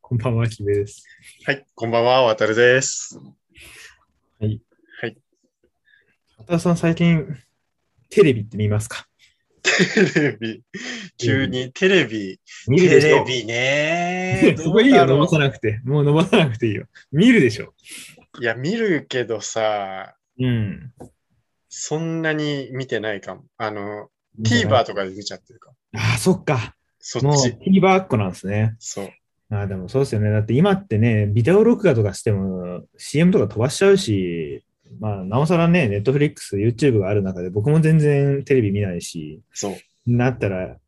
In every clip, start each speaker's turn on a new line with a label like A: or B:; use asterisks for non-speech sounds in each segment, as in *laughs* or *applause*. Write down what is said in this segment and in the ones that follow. A: こんばんは、キベです。
B: はい、こんばんは、わたるです。
A: はい。
B: はい。
A: 畑さん、最近、テレビって見ますか
B: テレビ、急にテレビ、
A: 見る
B: テ
A: でしょ
B: レビ
A: *laughs*
B: ね
A: そこいいよ、
B: どうだ
A: 伸
B: ろう
A: ばさなくて。もう伸ばさなくていいよ。見るでしょ。
B: いや、見るけどさ、
A: うん。
B: そんなに見てないかも。あの、TVer とかで見ちゃってるかも。
A: ああ、そっか。
B: そ
A: もう
B: っち。
A: TVer っ子なんですね。
B: そう。
A: ああ、でもそうですよね。だって今ってね、ビデオ録画とかしても CM とか飛ばしちゃうし、まあ、なおさらね、Netflix、YouTube がある中で僕も全然テレビ見ないし、
B: そう。
A: なったら、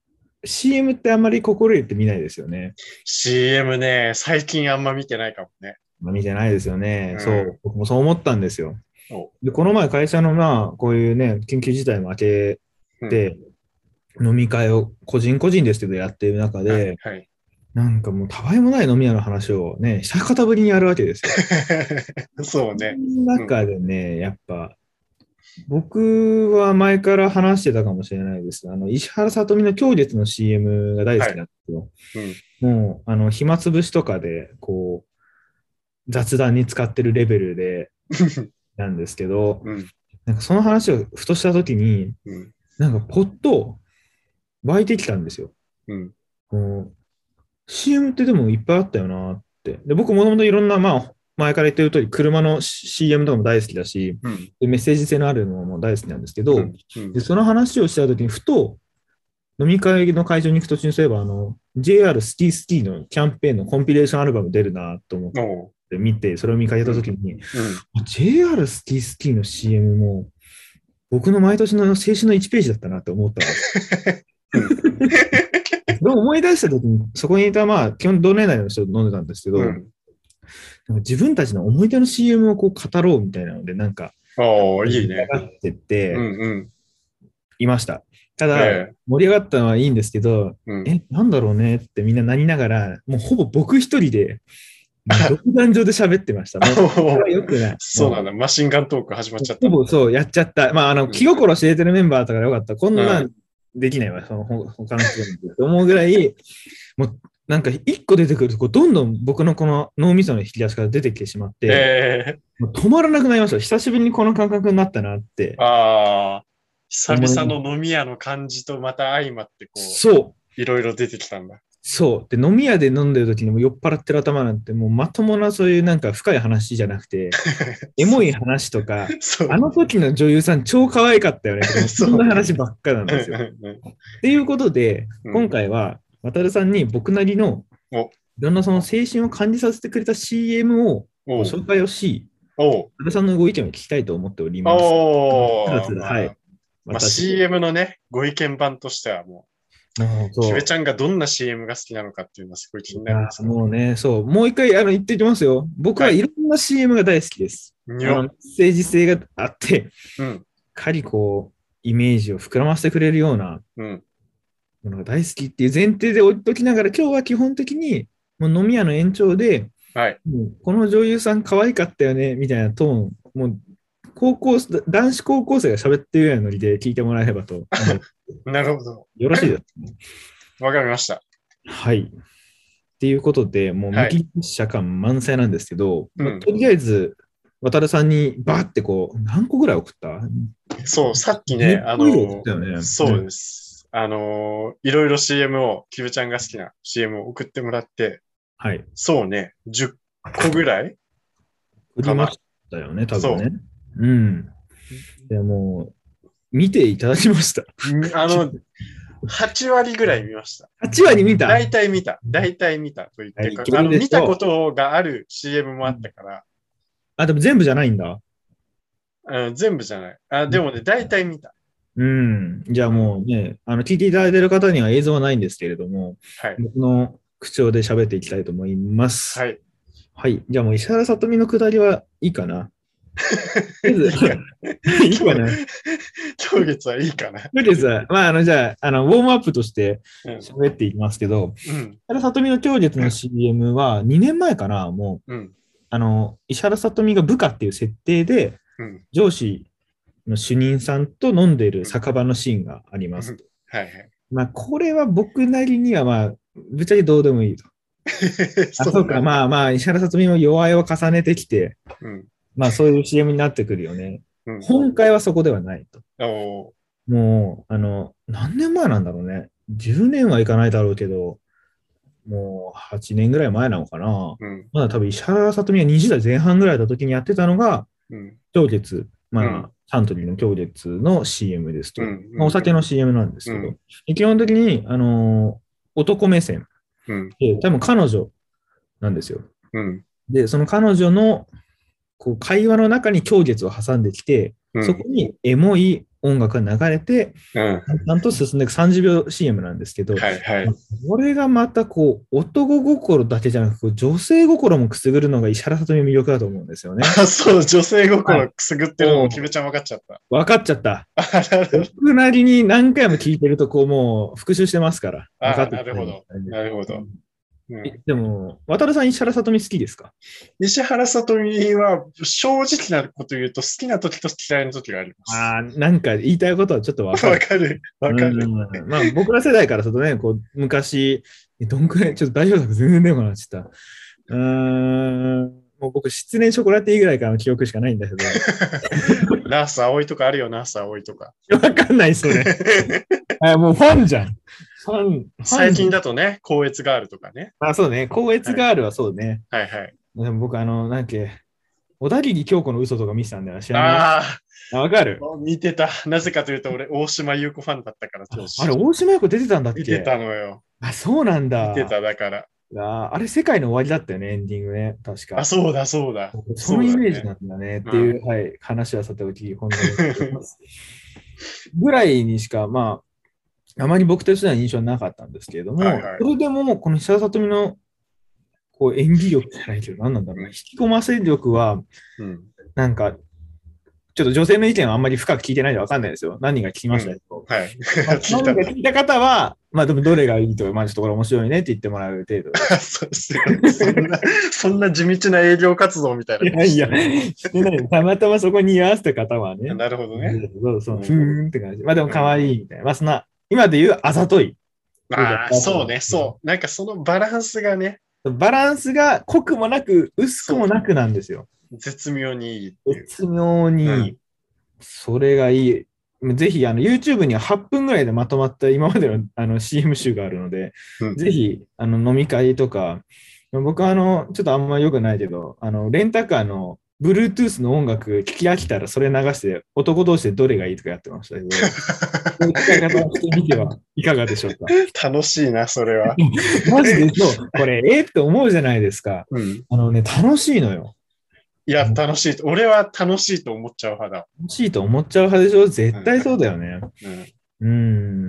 A: CM ってあんまり心入れて見ないですよね。
B: CM ね、最近あんま見てないかもね。
A: まあ、見てないですよね。
B: うん
A: そう、僕もそう思ったんですよ
B: お。
A: で、この前、会社のまあ、こういうね、緊急事態も明け
B: うん
A: て、飲み会を個人個人ですけどやってる中で、
B: はいはい。 *laughs*
A: なんかもうたわいもない飲み屋の話をね、久方ぶりにやるわけですよ。
B: そうね。
A: その中でね、やっぱ、僕は前から話してたかもしれないです。あの、石原さとみの狂月の CM が大好きなんですよ。もう、あの、暇つぶしとかで、こう、雑談に使ってるレベルで、なんですけど、
B: うん。うん。
A: なんかその話をふとしたときに、
B: うん。
A: なんかポッと湧いてきたんですよ。
B: うん。
A: この CM ってでもいっぱいあったよなって。で、僕もともといろんな、まあ、前から言ってる通り、車の CM とかも大好きだし、
B: うん。
A: でメッセージ性のあるのも大好きなんですけど、
B: うんうん
A: でその話をしたときに、ふと飲み会の会場に行く途中にそういえば、あの、JR スキースキーのキャンペーンのコンピレーションアルバム出るなと思っ
B: おう
A: て見て、それを見かけたときに、
B: うん。
A: JR スキースキーの青春も、僕の毎年の青春の1ページだったなって思ったわ。
B: *laughs*
A: でも思い出した時に、そこにいた、まあ、基本同年代の人と飲んでたんですけど、
B: う
A: なんか
B: ん。
A: 自分たちの思い出の CM をこう語ろうみたいなので、なんか、
B: おーいい
A: 盛り上
B: ね。
A: がってっ
B: う
A: て、
B: んうん。
A: いました。ただ、
B: ええ
A: 盛り上がったのはいいんですけど、
B: うん
A: え、なんだろうねってみんななりながら、もうほぼ僕一人で、独壇場で喋ってま
B: *laughs*
A: した。もう
B: お
A: こ
B: ー
A: れは良くない。
B: *laughs* そうなんだ。マシンガントーク始まっちゃった
A: ほ。ぼそう、やっちゃった。まあ、あの、
B: ん
A: 気心知れてるメンバーとかでよかった。こんな
B: うん
A: できないわ、そのほ他の人に。と思うぐらい、もう、なんか一個出てくると、こうどんどん僕のこの脳みその引き出しから出てきてしまって、
B: え *laughs*
A: もう止まらなくなりました。久しぶりにこの感覚になったなって
B: え。ああ、久々の飲み屋の感じとまた相まって、こう、
A: そう、
B: いろいろ出てきたんだ。
A: そう。で、飲み屋で飲んでる時にもう酔っ払ってる頭なんて、もうまともなそういうなんか深い話じゃなく
B: *laughs*
A: て、エモい話とか、
B: そう。
A: あの時の女優さん超可愛かったよね。
B: *laughs* そう
A: そんな話ばっかなん
B: うん
A: ですよ。
B: うん
A: っていうことで、
B: うん
A: 今回は、渡るさんに僕なりの、い
B: お
A: ろんなその青春を感じさせてくれた CM を
B: お
A: ご
B: う
A: 紹介をし、
B: おう
A: 渡るさんのご意見を聞きたいと思っております。
B: お
A: つら
B: う
A: つら
B: まあ
A: はい。
B: まあ、
A: 私
B: CM のね、ご意見版としてはも
A: もう
B: う、
A: そ
B: キ
A: う
B: ベちゃんがどんな CM が好きなのかっていうのはすごい気になるんです
A: あ
B: けど。
A: もうね、そう、もう一回あの言っていきますよ。僕ははいいろんな CM が大好きです。
B: に
A: あの
B: ょ
A: メッセージ性があって、しっ
B: うん。
A: かりこう、イメージを膨らませてくれるような
B: うん。
A: ものが大好きっていう前提で置いときながら、今日は基本的にもう飲み屋の延長で、
B: はい。
A: もうこの女優さん可愛かったよねみたいなトーン、もう高校生男子高校生が喋ってるようなノリで聞いてもらえれば
B: *laughs*
A: と思う
B: なるほど。
A: よろしいですね。
B: わかりました。
A: はい。っていうことで、もう
B: は
A: 無
B: い
A: 機者感満載なんですけど、
B: うん
A: まあとりあえず、渡るさんにバーってこう、何個ぐらい送った
B: そう、さっきね、あの
A: 10個以上送ったよね
B: そうです。あのーいろいろ CM を、キベちゃんが好きな CM を送ってもらって、
A: はい。
B: そうね、10個ぐらい
A: 送りましたよね、多分ね。うん。いや、もう、見ていただきました。 *laughs*
B: あの、8割ぐらい見ました。
A: 8割見た。
B: 大体見た。大体見たと言って
A: は
B: か
A: い綺麗
B: あの
A: でしょ
B: 見たことがある CM もあったから、
A: あ、でも全部じゃないんだ。
B: あの全部じゃない。あでもね、大体見た。
A: うん。じゃあもうね、あの、聞いていただいている方には映像はないんですけれども、
B: はい。
A: 僕の口調で喋っていきたいと思います。。
B: はいい。
A: じゃあもう石原さとみのくだりはいいか
B: *laughs*
A: な。とりあえず *laughs* いいかな。と
B: 今月はいいかな。
A: りあえずは、まあ、あの、じゃあ、あの、ウォームアップとして
B: うん。
A: 喋っていきますけど、
B: うん。
A: 石原さとみの狂月の CM は2年前かな、もう、
B: うん。
A: あの、石原さとみが部下っていう設定で、
B: うん。
A: 上司の主任さんと飲んでいる酒場のシーンがあります。
B: はいはい。
A: まあ、これは僕なりには、まあ、ぶっちゃけどうでもいいと。
B: *laughs*
A: あそうか、まあまあ、石原さとみも弱いを重ねてきて、
B: うん。
A: まあそういう CM になってくるよね。
B: うん。
A: 今回はそこではないと。
B: お
A: もう、あの、何年前なんだろうね。10年はいかないだろうけど、もう8年ぐらい前なのかな。
B: ーうん。
A: まだ多分石原さとみが20代前半ぐらいの時にやってたのが、
B: うん。
A: 狂月、まあ、
B: うん
A: サントリーの狂月の CM ですと。
B: うん
A: まあお酒の CM なんですけど、
B: うん
A: で基本的に、あのー男目線
B: うん。
A: で、多分彼女なんですよ。
B: うん。
A: で、その彼女のこう会話の中に狂月を挟んできて、
B: うん。
A: そこにエモい音楽が流れて、
B: うん。
A: ちゃんと進んでいく30秒 CM なんですけど、
B: はいはい。
A: これがまたこう男心だけじゃなくこう女性心もくすぐるのが石原さとみの魅力だと思うんですよね。
B: あ、そう、女性
A: は
B: 心くすぐってるのも、キムちゃん分かっちゃった。
A: 分かっちゃった。
B: あなるほど
A: 僕なりに何回も聞いてると、こう、もう復習してますから。
B: あ
A: 分かってきた
B: なるほど。なるほど。うん
A: えでも、渡るさん、石原さとみ好きですか
B: 石原さとみは、正直なこと言うと、好きな時と嫌いな時がありま
A: ああ、なんか言いたいことはちょっと分
B: す。
A: か
B: わ
A: る。
B: かる。わかる。
A: うんまあ、僕ら世代からするとね、こう、昔、えどんくらい、ちょっと代表作全然出なくなっちゃった。うーん、もう僕、失恋ショコラティーぐらいからの記憶しかないんだけ
B: ナース葵とかあるよ、ナース葵
A: *laughs*
B: とか。
A: ど、分かんない、
B: *laughs*
A: それ。あもうファンじゃん。ファン、ファン
B: 最近だとね、光悦ガールとかね。
A: あ、そうね、光悦ガールはそうね。
B: はいはい。
A: でも僕、あの、なんだっけ、小田切京子の嘘とか見てたんだよ。知らない
B: ああ。
A: あわかる
B: 見てた。なぜかというと、俺、大島優子ファンだったから、当時
A: あれ、大島優子出てたんだっけ
B: 見てたのよ。
A: あ、そうなんだ。
B: 見てた、だから。
A: あーあれ、世界の終わりだったよね、エンディングね。確か。
B: あ、そうだ、そうだ。
A: そのイメージなんだねっていう、はい、話はさておき、本当に
B: *laughs*
A: 思います。ぐらいにしか、まあ、あまり僕としては印象なかったんですけれども、
B: はいはい
A: それでも、この久田さとみのこう演技力じゃないけど、何なんだろうな、
B: うん
A: 引き込ませ力は、
B: うん。
A: なんか、ちょっと女性の意見はあんまり深く聞いてないんでわかんないですよ。何が聞きましたけど。
B: はい。
A: まあ
B: *laughs* 聞い
A: 何が聞いた方は、まあでもどれがいいとか、まあちょっとこれ面白いねって言ってもらう程度。
B: た。そうですよそんな、そんな地道な営業活動みたい
A: いや
B: な。
A: いや、してないよたまたまそこに居合わせた方はね。
B: なるほどね。
A: そうそう、
B: うん
A: ふーんって感じ。まあでも可愛いみたいな。まあそんな、今で言うあざとい。
B: ああ、そうね、そう。なんかそのバランスがね、
A: バランスが濃くもなく、薄くもなくなんですよ。
B: 絶妙にいいっていう。
A: 絶妙
B: う
A: に
B: ん、
A: それがいい。ぜひ、あの、YouTube には8分ぐらいでまとまった今までのあの CM 集があるので、
B: う
A: *laughs*
B: ん
A: ぜひ、あの、飲み会とか、僕はあの、ちょっとあんま良くないけど、あの、レンタカーの Bluetooth の音楽聞き飽きたらそれ流して、男同士でどれがいいとかやってましたけど、そういう使い方をしてみてはいかがでしょうか。
B: 楽しいな、それは。
A: マジでそう、これ、えーって思うじゃないですか。
B: うん。
A: あのね、楽しいのよ。
B: いや、楽しいと。俺は楽しいと思っちゃう派だ。
A: 楽しいと思っちゃう派でしょ絶対そうだよね。
B: うん。
A: う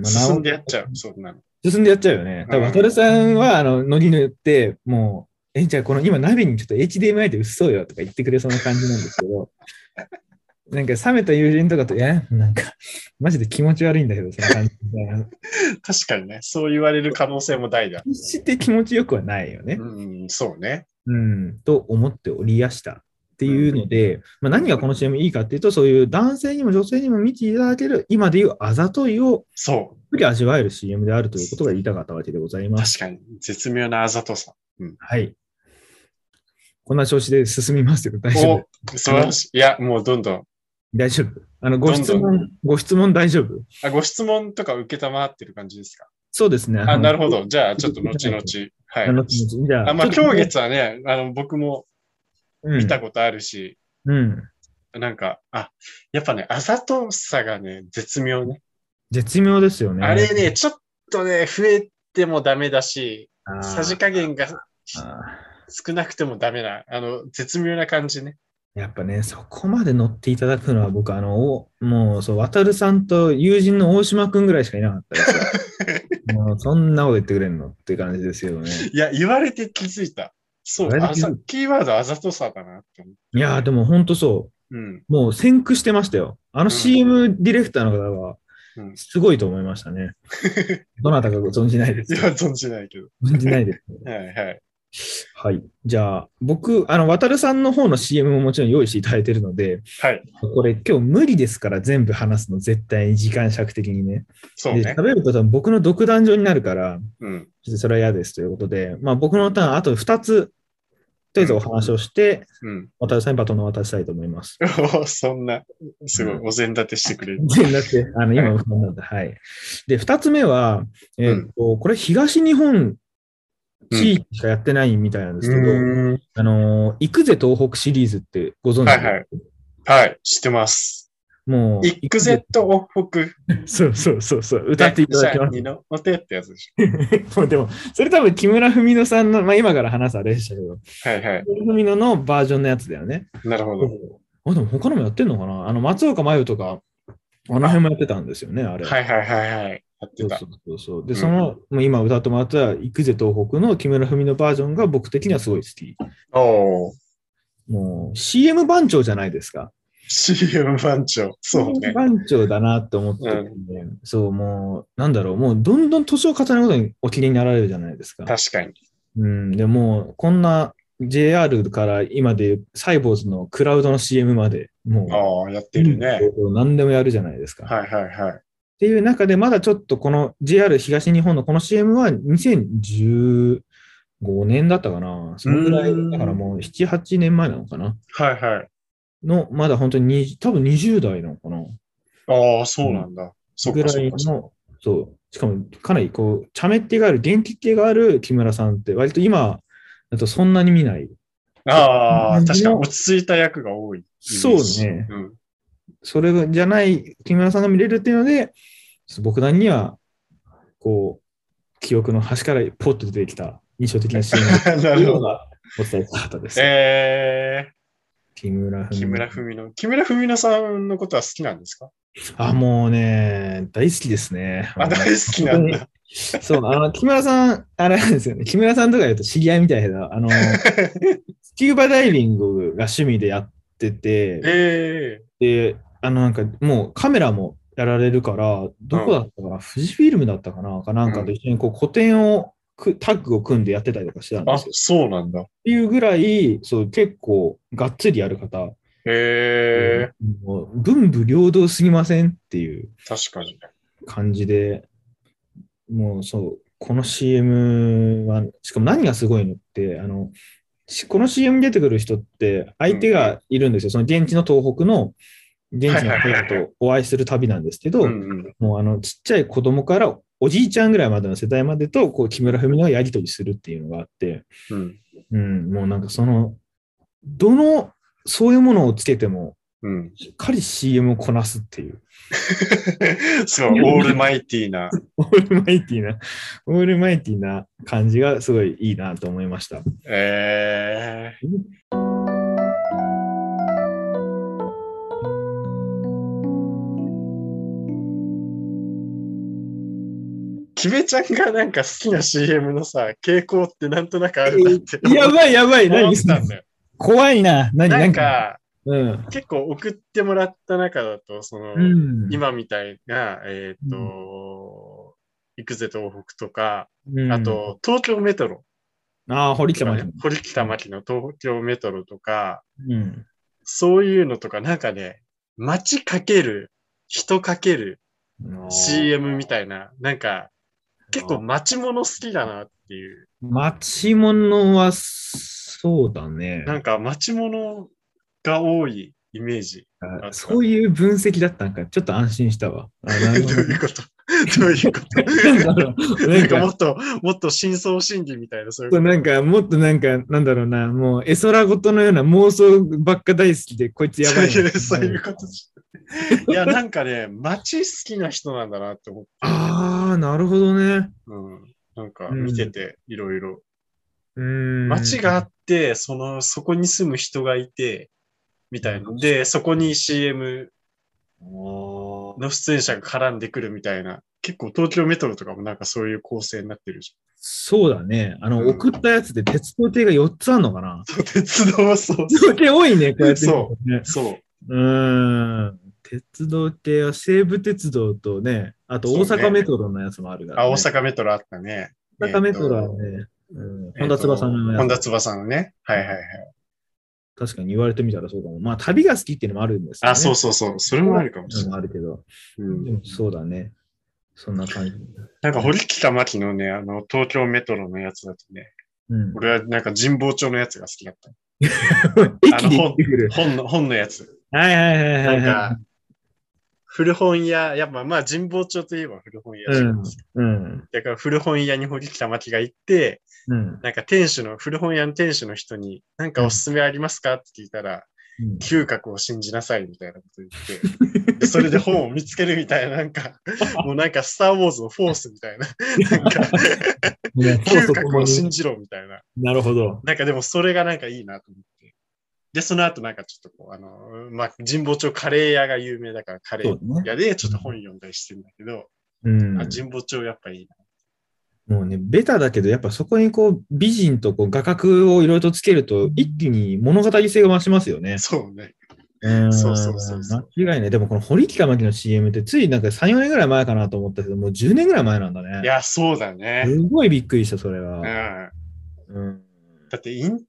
A: ん。まあなお
B: 進んでやっちゃう、そんなの。
A: 進んでやっちゃうよね。多分
B: うん
A: 渡るさんは、あの、ノリによって、もう、え、じゃあこの今ナビにちょっと HDMI で薄そうよとか言ってくれそうな感じなんですけど、 *laughs* なんか冷めた友人とかと、いや、なんか、マジで気持ち悪いんだけど、その感じみ
B: *laughs*
A: たいな。
B: 確かにね、そう言われる可能性も大だ。
A: 決して気持ちよくはないよね。
B: うん、そうね。
A: うん、と思っておりやしたっていうので、まあ、何がこの CM いいかっていうと、そういう男性にも女性にも見ていただける、今でいうあざといを
B: そ。
A: ゆっくり味わえる CM であるということが言いたかったわけでございうます。
B: 確かに。絶妙なあざ
A: *laughs*
B: とさ。
A: はい。こんな調子で進みますよ。大丈夫
B: お。、素晴らしい。いや、もうどんどん。
A: 大丈夫。あの、ご質問、
B: ど
A: ご質問大丈夫。
B: あ、ご質問とか受けたまってる感じですか
A: そうですね。
B: あ、なる
A: ほ
B: ほど。じゃあ、ちょっと後々。はい。
A: あの、じゃあ、
B: あまあ、
A: ちょっ
B: 今
A: と
B: 日月はね、あの、僕も見たことあるし、
A: うん。うん。
B: なんか、あ、やっぱね、あざとさがね、絶妙ね。
A: 絶妙ですよね。
B: あれね、ちょっとね、増えてもダメだし、
A: あー、
B: さじ加減が
A: あ
B: 少なくてもダメな、あの、絶妙な感じね。
A: ーやっぱね、そこまで乗っていただくのは僕、あの、おもう、そう、渡るさんと友人の大島くんぐらいしかいなかったですよ
B: *laughs*
A: もう、そんなこと言ってくれるのっていう感じですよね。
B: いや、言われて気づいた。そう、
A: 言われて
B: あ
A: 気づいた
B: ざキーワードあざとさだなって思う。
A: いやー、でも本当そう。
B: うん。
A: もう先駆してましたよ。あの CM ディレクターの方は
B: うん、
A: すごいと思いました
B: *laughs*
A: ね。どなたかご存じないで
B: い
A: す
B: や
A: か、
B: 存じないけど。
A: 存じないです。
B: はいはい。
A: はい。じゃあ、僕、あの、渡るさんの方の CM ももちろん用意していただいてるので、
B: はい。
A: これ今日無理ですから全部話すの絶対に時間尺的にね。
B: そう
A: で、
B: ね。
A: 食べると多分僕の独壇場になるから、
B: うん。
A: ちょっとそれは嫌ですということで、まあ僕のターン、あと2つ、とりあえずお話をして、
B: うん。 *laughs*
A: 渡るさんにバトンを渡したいと思います。
B: おそんな、すごい、お膳立てしてくれる。
A: 全だって、あの、今の不安なんだ。はい。で、二つ目は、えーっと、これ東日本地域しかやってないみたいなんですけど、
B: うーん
A: あのー、行くぜ東北シリーズってご存知
B: はいはい。はい、知ってます。
A: もう、
B: イックゼットオフク。
A: そうそうそうそう、歌っていただきます
B: 二のお手ってやつでし。
A: もうでも、それ多分木村文乃さんの、まあ今から話すあれでしたけど、
B: ょ。はいはい。
A: 木村文乃のバージョンのやつだよね。
B: なるほど。
A: あ、でも他のもやってんのかなあの、松岡真優とか、あの辺もやってたんですよね、あれ。
B: はいはいはいはい。やってた
A: そ。うそうそうそう。で、
B: うん
A: その、もう今歌ってもらった、行くぜ東北の木村文乃バージョンが僕的にはすごい好き。
B: お *laughs* お。
A: もう CM 番長じゃないですか。
B: CM 番長。そう
A: CM
B: ね。
A: 番長だなって思ってて、そう、もう、なんだろう、もうどんどん年を重ねることにお気になられるじゃないですか。
B: 確かに。
A: うん、でも、こんな JR から今でいうサイボーズのクラウドの CM まで、もう、
B: ああ、やってるね。
A: うん何でもやるじゃないですか。
B: はいはいはい。
A: っていう中で、まだちょっとこの JR 東日本のこの CM は2015年だったかな。そのぐら
B: う
A: い、
B: ん
A: だからもう7、8年前なのかな。
B: はいはい。
A: の、まだ本当に20多分20代なのかな。
B: ああ、そうなんだ。そっ
A: ぐ
B: からそっ
A: い
B: かそっか。
A: の、そう、しかもかなりこう、茶目っ気がある、元気っ気がある木村さんって、割と今だとそんなに見ない。
B: ああ、
A: の
B: 確かに落ち着いた役が多いイメ
A: そう
B: ージ。
A: ね。
B: うん。 *laughs*
A: それじゃない木村さんが見れるっていうので、ちょっと僕なりには、こう、記憶の端からポッと出てきた印象的なシーンだっ
B: な
A: たとい
B: る
A: うの
B: ほど。
A: がお伝えしたかったです。
B: ええ
A: 木村文
B: 木村
A: 乃
B: 文乃。木村文乃さんのことは好きなんですか
A: あ、もうね、大好きですね。
B: あ、大好きなんだ。
A: そう、あの、木村さん、あれなんですよね。木村さんとか言うと知り合いみたいな、
B: *laughs*
A: あの、スキューバダイビングが趣味でやってて、
B: ええ
A: で、あの、なんかもうカメラもやられるから、どこだったかな、富士フィルムだったかなかなんかと一緒にこう、個展をく、タッグを組んでやってたりとかしてたんで
B: あ、
A: すよ。っ
B: そうなんだ。
A: ていうぐらい、そう、結構、がっつりやる方、
B: ええ
A: もう文武両道すぎませんっていう。
B: 確かに。
A: 感じで、もうそう、この CM は、しかも何がすごいのって、あの、しこの CM に出てくる人って、相手がいるんですよ。その現地の東北の、現地の
B: はいはいはい
A: 方とお会いする旅なんですけど、
B: うんうん。
A: もうあの、ちっちゃい子供からおじいちゃんぐらいまでの世代までと、こう、木村文乃がやりとりするっていうのがあって、
B: うん。
A: うん、もうなんかその、どの、そういうものをつけても、
B: うん。
A: しっかり CM をこなすっていう。
B: すごい、オールマイティーな。
A: オールマイティーな、オールマイティーな感じがすごいいいなと思いました。
B: ええキベちゃんがなんか好きな CM のさ、傾向ってなんとなくあるなって。
A: やばいやばい、
B: 思っ
A: 何
B: てたんだよ。
A: 怖いな、何
B: な
A: 何
B: ん、か、
A: うん。
B: 結構送ってもらった中だと、その、
A: うん、
B: 今みたいな、えーっと、行くぜ東北とか、
A: うん
B: あ、と、東京メトロ
A: ああ、堀
B: と
A: 北
B: か
A: 真
B: ね
A: 希、
B: 堀北真希の東京メトロとか、
A: うん。
B: そういうのとか、なんかね、街かける、人かける、CM み
A: い。
B: たいな、なんか、結構街物好きだなっていう、
A: 町物は、そうだね。
B: なんか街物が多いイメージ。
A: あそういう分析だったんか、ちょっと安心したわ。あな
B: どう
A: るほ *laughs* ど
B: いうことどういうこ
A: なんだ
B: と
A: ろう
B: *laughs* な
A: なんん
B: かも
A: か
B: っと、もっと深層心理みたいな、そういうこ
A: そう
B: と。
A: なんか、もっとなんか、なんだろうな、もう、絵空事のような妄想ばっか大好きで、こいつやばい
B: そういう
A: な。
B: *laughs* そういうことじゃ。
A: *laughs*
B: いや、なんかね、街好きな人なんだなって思って、
A: ああ、なるほどね。
B: うん、なんか見てて、いろいろ。
A: うーん。
B: 街があって、その、そこに住む人がいて、みたいな。で、そこに CM
A: あー
B: の出演者が絡んでくるみたいな。結構東京メトロとかもなんかそういう構成になってるじ
A: そうだね。あの、
B: うん
A: 送ったやつで鉄道系が4つあるのかな
B: ゃん。 *laughs* 鉄道
A: *laughs*
B: は *laughs* そう。
A: 鉄道系多いね、こうやって見るとね。
B: そう。
A: うーん。鉄道系は西武鉄道とね、あと大
B: そうね
A: 阪メトロのやつもあるから、
B: あ、
A: ね
B: 大阪メトロあったね。
A: 大阪メトロは
B: えーと
A: ね、うん、本田翼のやつ
B: 本田翼のね。はいはいはい。
A: 確かに言われてみたらそうかも。まあ、旅が好きっていうのもあるんですけど
B: あ、そうそうそう。それもあるかもし
A: う
B: れ
A: ん
B: ない。
A: あるけど、
B: うん
A: でもそうだね。そんな感じ。
B: なんか、堀北真希のね、あの、東京メトロのやつだとね、
A: うん、 *laughs*
B: 俺はなんか神保町のやつが好きだった。
A: 駅で行ってくる。
B: 本 *laughs* の、本のやつ。
A: はいはいはいは
B: ないん
A: は
B: か、古本屋、やっぱまあ神保町といえば古本屋じゃないですか
A: い。うん。
B: だから古本屋に堀北真希が行って、
A: うん。
B: なんか店主の、古本屋の店主の人に、なんかおすすめありますかって聞いたら、
A: うん
B: 嗅覚を信じなさいみたいなこと言 *laughs* って、でそれで本を見つけるみたいな、なんか、もうなんかスター・ウォーズのフォースみたいな、なん *laughs* か、
A: ねそうそ
B: 嗅
A: う
B: 覚を信じろみたいな。
A: なるほど。
B: なんかでもそれがなんかいいなと思って。で、その後なんかちょっとこう、あの、まあ、神保町カレー屋が有名だからカレ
A: そ
B: ー
A: うね。
B: 屋でちょっと本読んだりしてるんだけど、
A: うん。
B: あ神保町やっぱいいな。
A: もうね、ベタだけど、やっぱそこにこう、美人とこう画角をいろいろとつけると、一気に物語性が増しますよね。
B: そうね。
A: うん
B: そうそうそうそう
A: 間違いね。でもこの堀北真希の CM って、ついなんか3、4年ぐらい前かなと思ったけど、もう10年ぐらい前なんだ
B: い
A: ね。
B: や、そうだね。
A: すごいびっくりした、それ
B: うん。
A: は。
B: だ
A: うん。
B: って引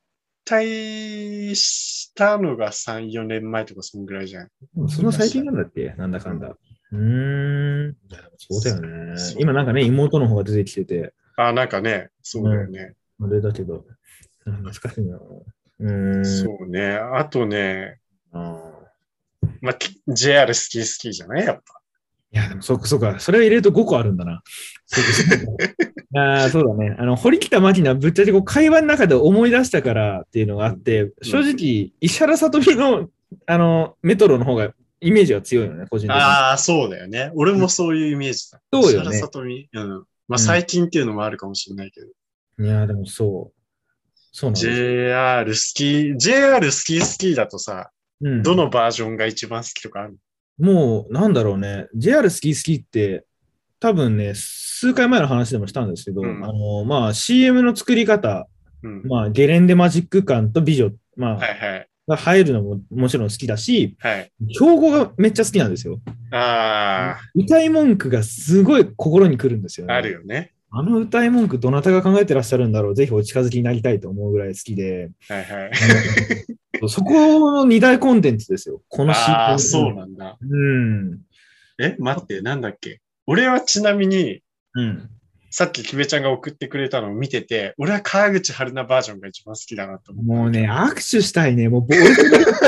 B: 退したのが3、4年前とかそんぐらいじゃん。
A: そんな最近なんだっけなんだかんだ。うーん。いやそうだよね
B: そう。
A: 今なんかね、妹の方が出てきてて、
B: あ、なんかね、そうだよね。
A: あれだけど、なんか難しいな。うーん。
B: そうね。あとね、
A: あ
B: まあ、き JR 好き好きじゃないやっ
A: ー
B: ぱ。
A: いや、でもそうか、そうか。それを入れると5個あるんだ *laughs* な。そうかそうかあーそうだね。あの、堀北真希なぶっちゃけこう会話の中で思い出したからっていうのがあって、正直、石原さとみの、あの、メトロの方がイメージが強いよね、個人的に。
B: ああ、そうだよね。俺もそういうイメージだ。
A: そうよね
B: 石原さとみ。うん。ま
A: ん
B: あ、最近っていうのもあるかもしれないけど。
A: いや、でもそう。そうなんですよ。
B: JR 好き、JR 好き好きだとさ、
A: うん
B: どのバージョンが一番好きとかある
A: もう、なんだろうね、JR 好き好きって、多分ね、数回前の話でもしたんですけど、
B: うん
A: あのまあ、CM の作り方、
B: のうん。
A: まあ、ゲレンデマジック感と美女、まあ
B: はいはい。
A: が入るのももちろん好きだし、
B: はい。
A: 標語がめっちゃ好きなんですよ。
B: あ
A: 歌い文句がすごい心に来るんですよね。
B: あ、あるよね。
A: あの歌い文句、どなたが考えてらっしゃるんだろう、ぜひお近づきになりたいと思うぐらい好き
B: *laughs*
A: で、
B: はいはい。
A: そこの二大コンテンツですよ、この CM。
B: ああ、そうなんだ。
A: うん。
B: え、待って、なんだっけ。俺はちなみに、
A: うん。
B: さっきキベちゃんが送ってくれたのを見てて、俺は川口春奈バージョンが一番好きだなと思った。
A: もうね、握手したいね。もう、ボール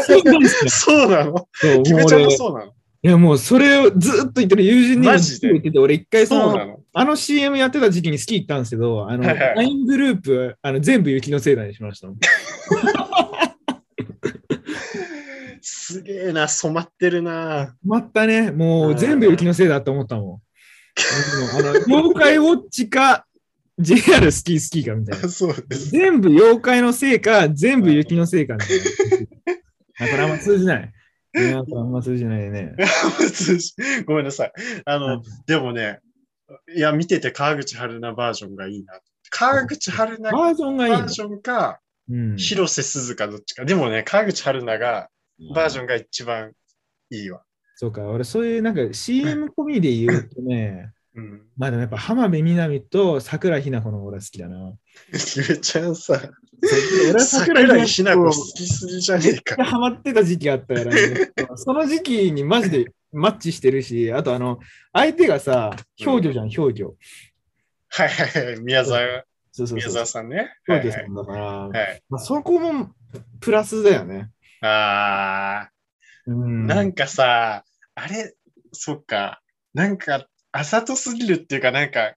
A: そうなんですよ
B: そうなの
A: そう
B: *laughs* キ
A: もう
B: ベちゃんも
A: 俺
B: そうなの
A: いや、もうそれをずっと言ってる友人にも
B: マジで
A: 言ってて、俺一回そ
B: そうな
A: の、
B: の
A: あの CM やってた時期にスキー行ったんですけど、あの、
B: はいはい
A: LINE グループ、あの、全部雪のせいだにしましたもん。
B: すげえな、染まってるな。
A: 待ったね。も
B: う
A: う、
B: ん
A: 全部雪のせいだと思ったもん。でもあの、妖怪ウォッチか、JR スキースキーかみたいな。
B: *laughs* そうです。
A: 全部妖怪のせいか、全部雪のせいかみたいな。あこれあんま通じない。いやこれあんま通じないね。
B: ごめんなさい。あ
A: うん
B: の、でもね、いや、見てて川口春奈バージョンがいいな。川口春奈
A: バージョンがいい
B: バ
A: の
B: ー。ジョンか、
A: うん
B: 広瀬すずかどっちか。でもね、川口春奈が、バージョ
A: ン。
B: ンが一番いいわ。
A: そうか、俺そういうなんか CM 込みで言うとね、
B: うん。 *laughs*
A: まあでもやっぱ浜辺美波と桜ひな子の俺は好きだな。
B: ゆめちゃんさ、
A: そう俺は
B: 桜井ひな子好
A: 好
B: きすぎじゃねえ
A: きで
B: か。
A: ハマってた時期があったから、
B: *laughs*
A: ね、その時期にマジでマッチしてるし、あとあの、相手がさ、氷魚じゃん、氷魚。
B: はいはいはい。宮沢、
A: そうそう
B: 宮
A: そう
B: 沢。さんね。は
A: 氷
B: い
A: 魚
B: は
A: さ
B: い
A: んだから、
B: はい。
A: まあ、そこもプラスだよね。
B: あー。
A: うん。
B: な
A: なん
B: んかさ、あれ、そっか、なんか、あざとすぎるっていうか、なんか、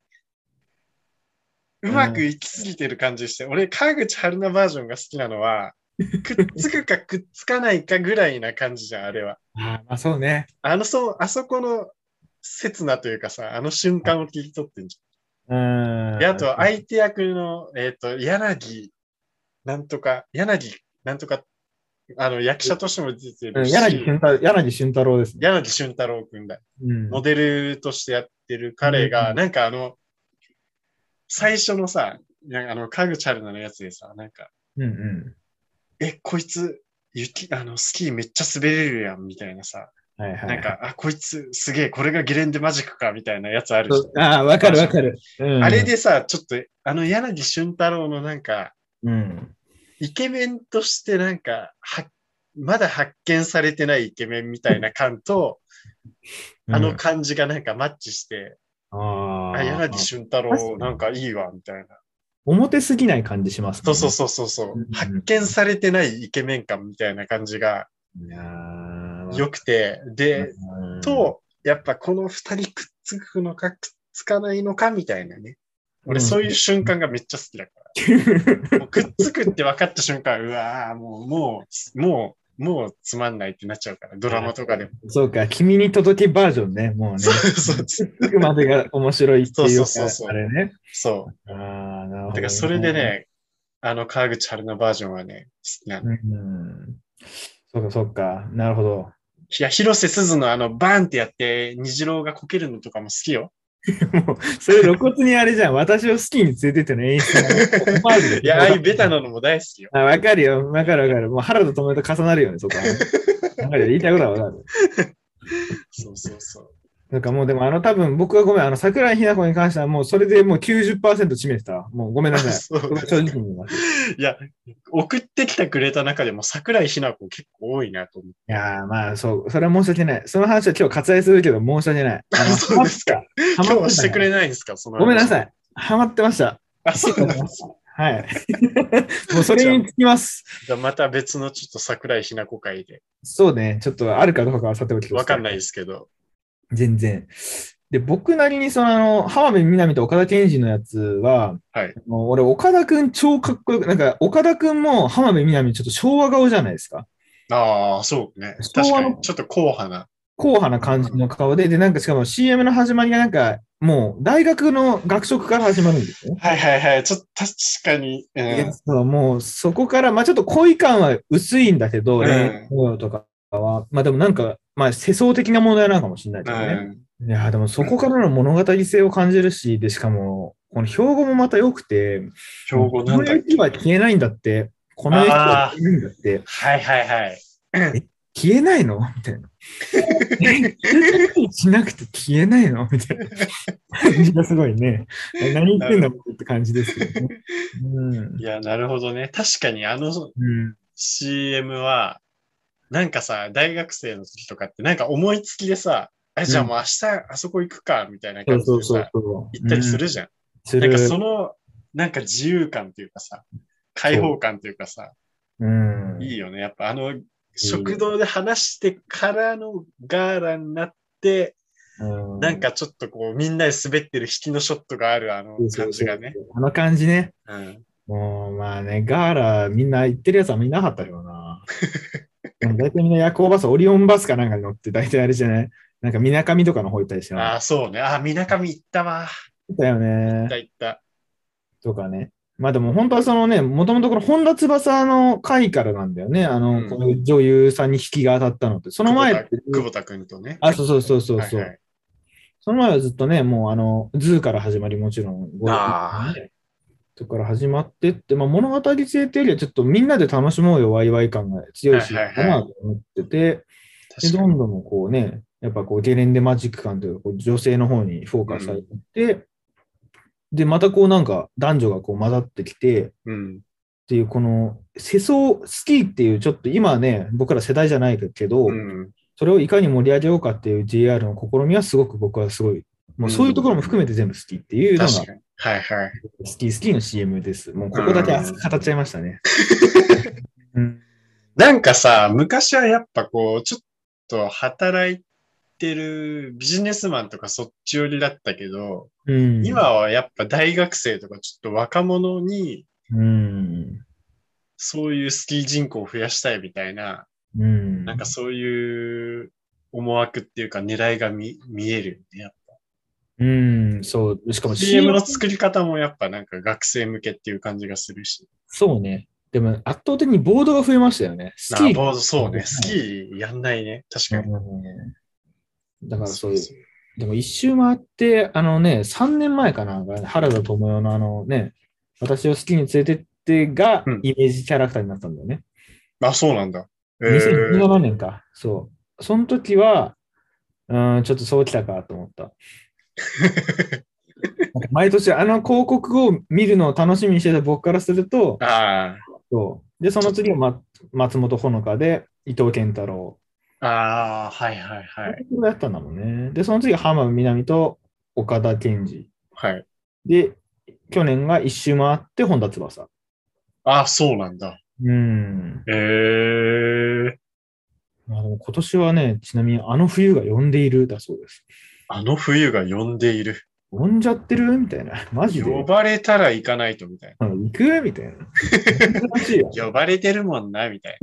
B: うまくいきすぎてる感じして、俺、川口春奈バージョンが好きな
A: *laughs*
B: のは、くっつくかくっつかないかぐらいな感じじゃん、あれは。
A: あまあそうね。
B: あの、そう、あそこの、刹那というかさ、あの瞬間を切り取ってんじ
A: うん
B: ゃん。で、あと、相手役の、えっ、と、柳、なんとか、柳、なんとか、あの、役者としても出て
A: う
B: る
A: ん
B: し、
A: 柳俊太柳俊太郎ですね。
B: 柳俊太郎くんだ。
A: うん
B: モデルとしてやってる彼
A: う
B: が、
A: ん
B: なんかあの、最初のさ、なんかあの、カグチャルナのやつでさ、なんか、
A: うんうん
B: え、こいつ、雪、あの、スキーめっちゃ滑れるやん、みたいなさ、
A: はいはい。
B: なんか、あ、こいつすげえ、これがゲレンデマジックかみたいなやつある
A: そ
B: じ
A: う、ああ、わかるわかる。う
B: ゃ
A: ん
B: ん。あれ、でさ、ちょっと、あの柳俊太郎のなんか、
A: うん。
B: イケメンとしてなんか、はまだ発見されてないイケメンみたいな感と、あ
A: う
B: の
A: ん、
B: 感じがなんかマッチして、
A: あ
B: あ、
A: あ
B: 柳俊太
A: 確か
B: 郎
A: に
B: なんかいいわ、みたいな。
A: 表すぎない感じします、
B: そうそうそうそうそう
A: うんうん。
B: 発見されてないイケメン感みたいな感じが
A: う。いやー
B: 良くて、で、、
A: うん、
B: と、やっぱこの二人くっつくのかくっつかないのかみたいなね。俺そういう瞬間がめっちゃ好きだか
A: う *laughs*
B: ら。もうくっつくって分かった瞬間、うわーもう、もう、もう、もうつまんないってなっちゃうから、ドラマとかでも。
A: ん。そうか、君に届きバージョンね、もうね。
B: そうそうそう。
A: すぐまでが面白いっていうか
B: そうそうそうそう
A: あれね。
B: そ
A: ああ、なるほど。
B: う。だからそれで。ね、あの川口春奈バージョンはね、好きなの。
A: うん。そうか、そうか。なるほ
B: *laughs*
A: ど。
B: いや、広瀬すずのあの、バーンってやって、虹郎がこけるのとかも好きよ。
A: もう、それ露骨にあれじゃん。私を好きに連れてっての演出のオマージュでしょ。
B: いや、ああいうベタなのも大好きよ。
A: あ、わかるよ。わかるわかる。もう原田智美と重なるよね、そこはね。わかるよ。言いたいことはわかる。
B: そうそうそう。
A: なんかもうでもあの多分僕はごめん、あの桜井日奈子に関してはもうそれでもう90%占めてた。もうごめんなさい。 *laughs*
B: そう
A: ごめん正直に言います。い
B: いや、送ってきてくれた中でも桜井日奈子結構多いなと思って。
A: やーまあそう、それは申し訳ない。その話は今日割愛するけど申し訳
B: *laughs*
A: ない。あの
B: そうですか。
A: ハマってま
B: 今日は
A: し
B: したて
A: ね
B: くれないんですかその話
A: ごめんなさい。ハマってました。
B: あ、そうなんです。 *laughs*
A: はい。もうそれにつきます。
B: じゃあまた別のちょっと桜井日奈子会で。
A: そうね。ちょっとあるかどうかはさておきとして
B: わかんないですけど。
A: 全然。で、僕なりに、その、あの、浜辺美波と岡田健二のやつは、
B: はい
A: あの俺、岡田くん超かっこよく、なんか、岡田くんも浜辺美波ちょっと昭和顔じゃないですか。
B: ああ、そうね。確
A: 昭和
B: か
A: の
B: に。ちょっと硬派な。
A: 硬派な感じの顔で、で、なんかしかも CM の始まりがなんか、もう大学の学食から始まるんですね。
B: はいはいはい。ちょっと確かに。うん
A: いやそうもうそこから、まあちょっと恋感は薄いんだけど、
B: うん
A: 恋愛模様とかは、まあでもなんか、まあ世相的な問題なのかもしれないけどね。
B: うん
A: いやー、でもそこからの物語性を感じるし、で、しかも、この標語もまた良くて、
B: 標語なんだっ
A: この雪は消えないんだって、この雪は消えないんだって、
B: はいはいはい。
A: 消えないのみたいな。え消えたりしなくて消えないのみたいな感じがすごい *laughs* ね。え何言ってんだろうって感じですけどね。うん
B: いや、なるほどね。確かにあの
A: うん。
B: CM は、なんかさ、大学生の時とかって、なんか思いつきでさ、あじゃあもう明日あそこ行くか、みたいな
A: そ
B: 感
A: う
B: じ
A: そう
B: で
A: そう
B: さ、
A: そう。
B: 行ったりす
A: うん
B: るじゃん。
A: す
B: なんか
A: る
B: その、なんか自由感というかさ、開放感というかさ、
A: うん。
B: いいよね。やっぱあの、食堂で話してからのガーラになって、
A: う
B: なん、かちょっとこう、みんなで滑ってる引きのショットがあるあの
A: そうそうそう
B: 感じがね。。
A: あの感じね。
B: うん
A: もうまあね、ガーラ、みんな行ってるやつはみんななかったけど *laughs* な。でも大体みんな夜行バス、オリオンバスかなんかに乗って、大体あれじゃないなんかみなかみとかの方行ったりして
B: あ
A: な
B: あ、そうね。ああ、みなかみ行ったわ。
A: いだよ
B: 行っ
A: ね。
B: た行った。
A: とかね。まあでも本当はそのね、もともとこの本田翼の回からなんだよね。あの、
B: うん
A: この女優さんに引きが当たったのって。その前って、
B: 久保田くんとね。
A: あ、そうそうそうそうそう、
B: はいはい
A: その前はずっとね、もうあの、ズーから始まり、もちろん、ゴ
B: あ
A: ねとかから始まってって、まあ、物語性っていうよりは、ちょっとみんなで楽しもうよ、ワイワイ感が強いし、
B: はいはいはい
A: かなと思ってて、でどんどんこうね、やっぱこうゲレンデマジック感というか、こう女性の方にフォーカスされていって、で、またこうなんか男女がこう混ざってきて、っ
B: うん。
A: ていうこの世相好きっていう、ちょっと今はね、僕ら世代じゃないけど、
B: うん。
A: それをいかに盛り上げようかっていう JR の試みはすごく僕はすごい、もうそういうところも含めて全部好きっていうのが、
B: 確かに。はいはい。
A: 好き好きの CM です。もうここだけ熱く語っちゃいました
B: *laughs*
A: ね。うん、
B: なんかさ、昔はやっぱこう、ちょっと働いてるビジネスマンとかそっち寄りだったけど、
A: うん、
B: 今はやっぱ大学生とかちょっと若者に、
A: うん、
B: そういうスキー人口を増やしたいみたいな、
A: うん、
B: なんかそういう思惑っていうか狙いが見見えるよねやっ
A: うん、そう、しか
B: ぱ。
A: も
B: CM
A: CM
B: の作り方もやっぱなんか学生向けっていう感じがするし。
A: そうね。でも圧倒的にボードが増えましたよね。ス
B: あ
A: キー
B: ボードそう
A: う
B: ね。
A: ん
B: スキーやんないね。確かに。
A: うんだからそういう
B: そ、う
A: でも一周回って、あのね、3年前かな、原田知世のあのね、私を好きに連れてってが
B: うん
A: イメージキャラクターになったんだよね。
B: あ、そうなんだ。えー
A: 2017年か、そその時は、うん、ちょっとそうきたかと思った。
B: *laughs*
A: 毎年あの広告を見るのを楽しみにしてた僕からすると、
B: あ
A: そうでその次は、ま、松本穂香で伊藤健太郎。
B: あ、ああ、はいはいはい。
A: これやったんだもんね。で、その次が浜辺美波と岡田健二。
B: はい。
A: で、去年が一周回って本田翼。
B: ああ、そうなんだ。
A: うん。
B: ええ
A: まあ、でも今年はね、ちなみにあの冬が呼んでいるだそうです。
B: あの冬が呼んでいる。
A: 呼んじゃってるみたいな。マジで。
B: 呼ばれたら行かないとみたい
A: あの行くみたい
B: *laughs*
A: な。難しいよ。
B: な。呼ばれてるもんな、みたい *laughs*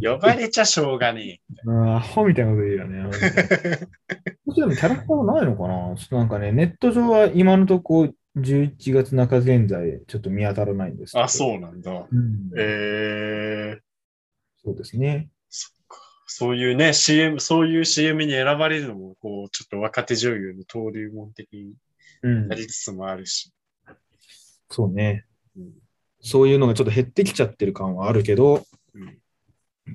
B: な。呼ばれちゃしょうがね
A: うんアホみたいなこと言うよね。もちろんキャラクターはないのかなちょっとなんかね、ネット上は今のとこ11月中現在、ちょっと見当たらないんですけ
B: え。
A: ど。
B: あ、そうなんだ。
A: うん
B: ええ
A: そうですね。
B: そっか。そういうね、CM、そういう CM に選ばれるのも、こう、ちょっと若手女優の登竜門的に
A: うん
B: な、りつつもあるし。
A: そうね
B: うん。
A: そういうのがちょっと減ってきちゃってる感はあるけど、
B: うん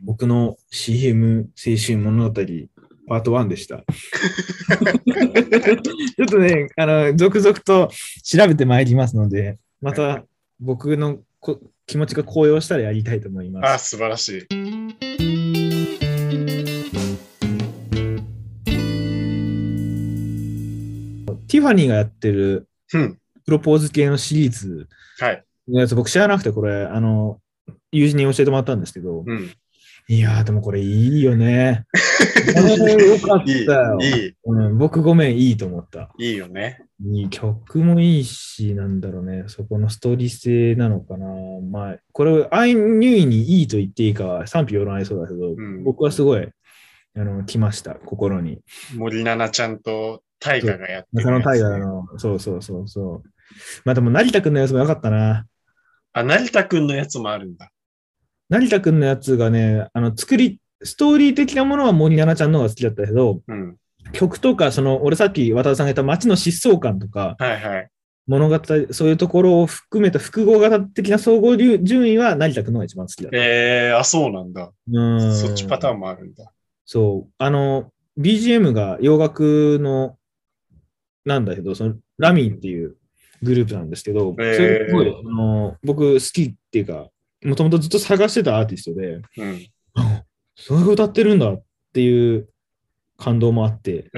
A: 僕の CM 青春物語パート1でした。
B: *laughs*
A: ちょっとね、あの、続々と調べてまいりますので、また僕のこ気持ちが高揚したらやりたいと思います。
B: あ、素晴らしい。
A: ティファニーがやってる
B: うん。
A: プロポーズ系のシリーズ
B: はい。
A: のやつ、僕知らなくて、これ、あの、友人に教えてもらったんですけど、
B: うん。
A: いやー、でもこれいいよね。これよかった
B: いい
A: よ。、
B: い
A: うん、僕ごめん、いいと思った。
B: い、いいよね。
A: いい曲もいいし、なんだろうね、そこのストーリー性なのかな。まあ、これ、アイニュイにいいと言っていいかは賛否両論ありそうだけど、
B: ん
A: 僕はすごい、あの、来ました、心に。
B: 森七菜ちゃんと大河がやって
A: 中
B: るや
A: 野
B: つね
A: 大河の、そうそうそうそう。まあでも、成田くんのやつもよかったな。
B: あ、成田くんのやつもあるんだ。
A: 成田くんのやつがね、あの、作り、ストーリー的なものは森七菜ちゃんの方が好きだったけど、
B: うん。
A: 曲とか、その、俺さっき渡田さんが言った街の疾走感とか、
B: はいはい。
A: 物語、そういうところを含めた複合型的な総合流順位は成田君の方が一番好きだった。
B: えー、あ、そうなんだ。
A: うん
B: そっちパターンもあるんだ。
A: そう。あの、BGM が洋楽の、なんだけど、そのラミーっていうグループなんですけど、
B: えー
A: それすごいあの僕好きっていうか、もともとずっと探してたアーティストで、
B: うん。
A: あそういう歌ってるんだっていう感動もあって、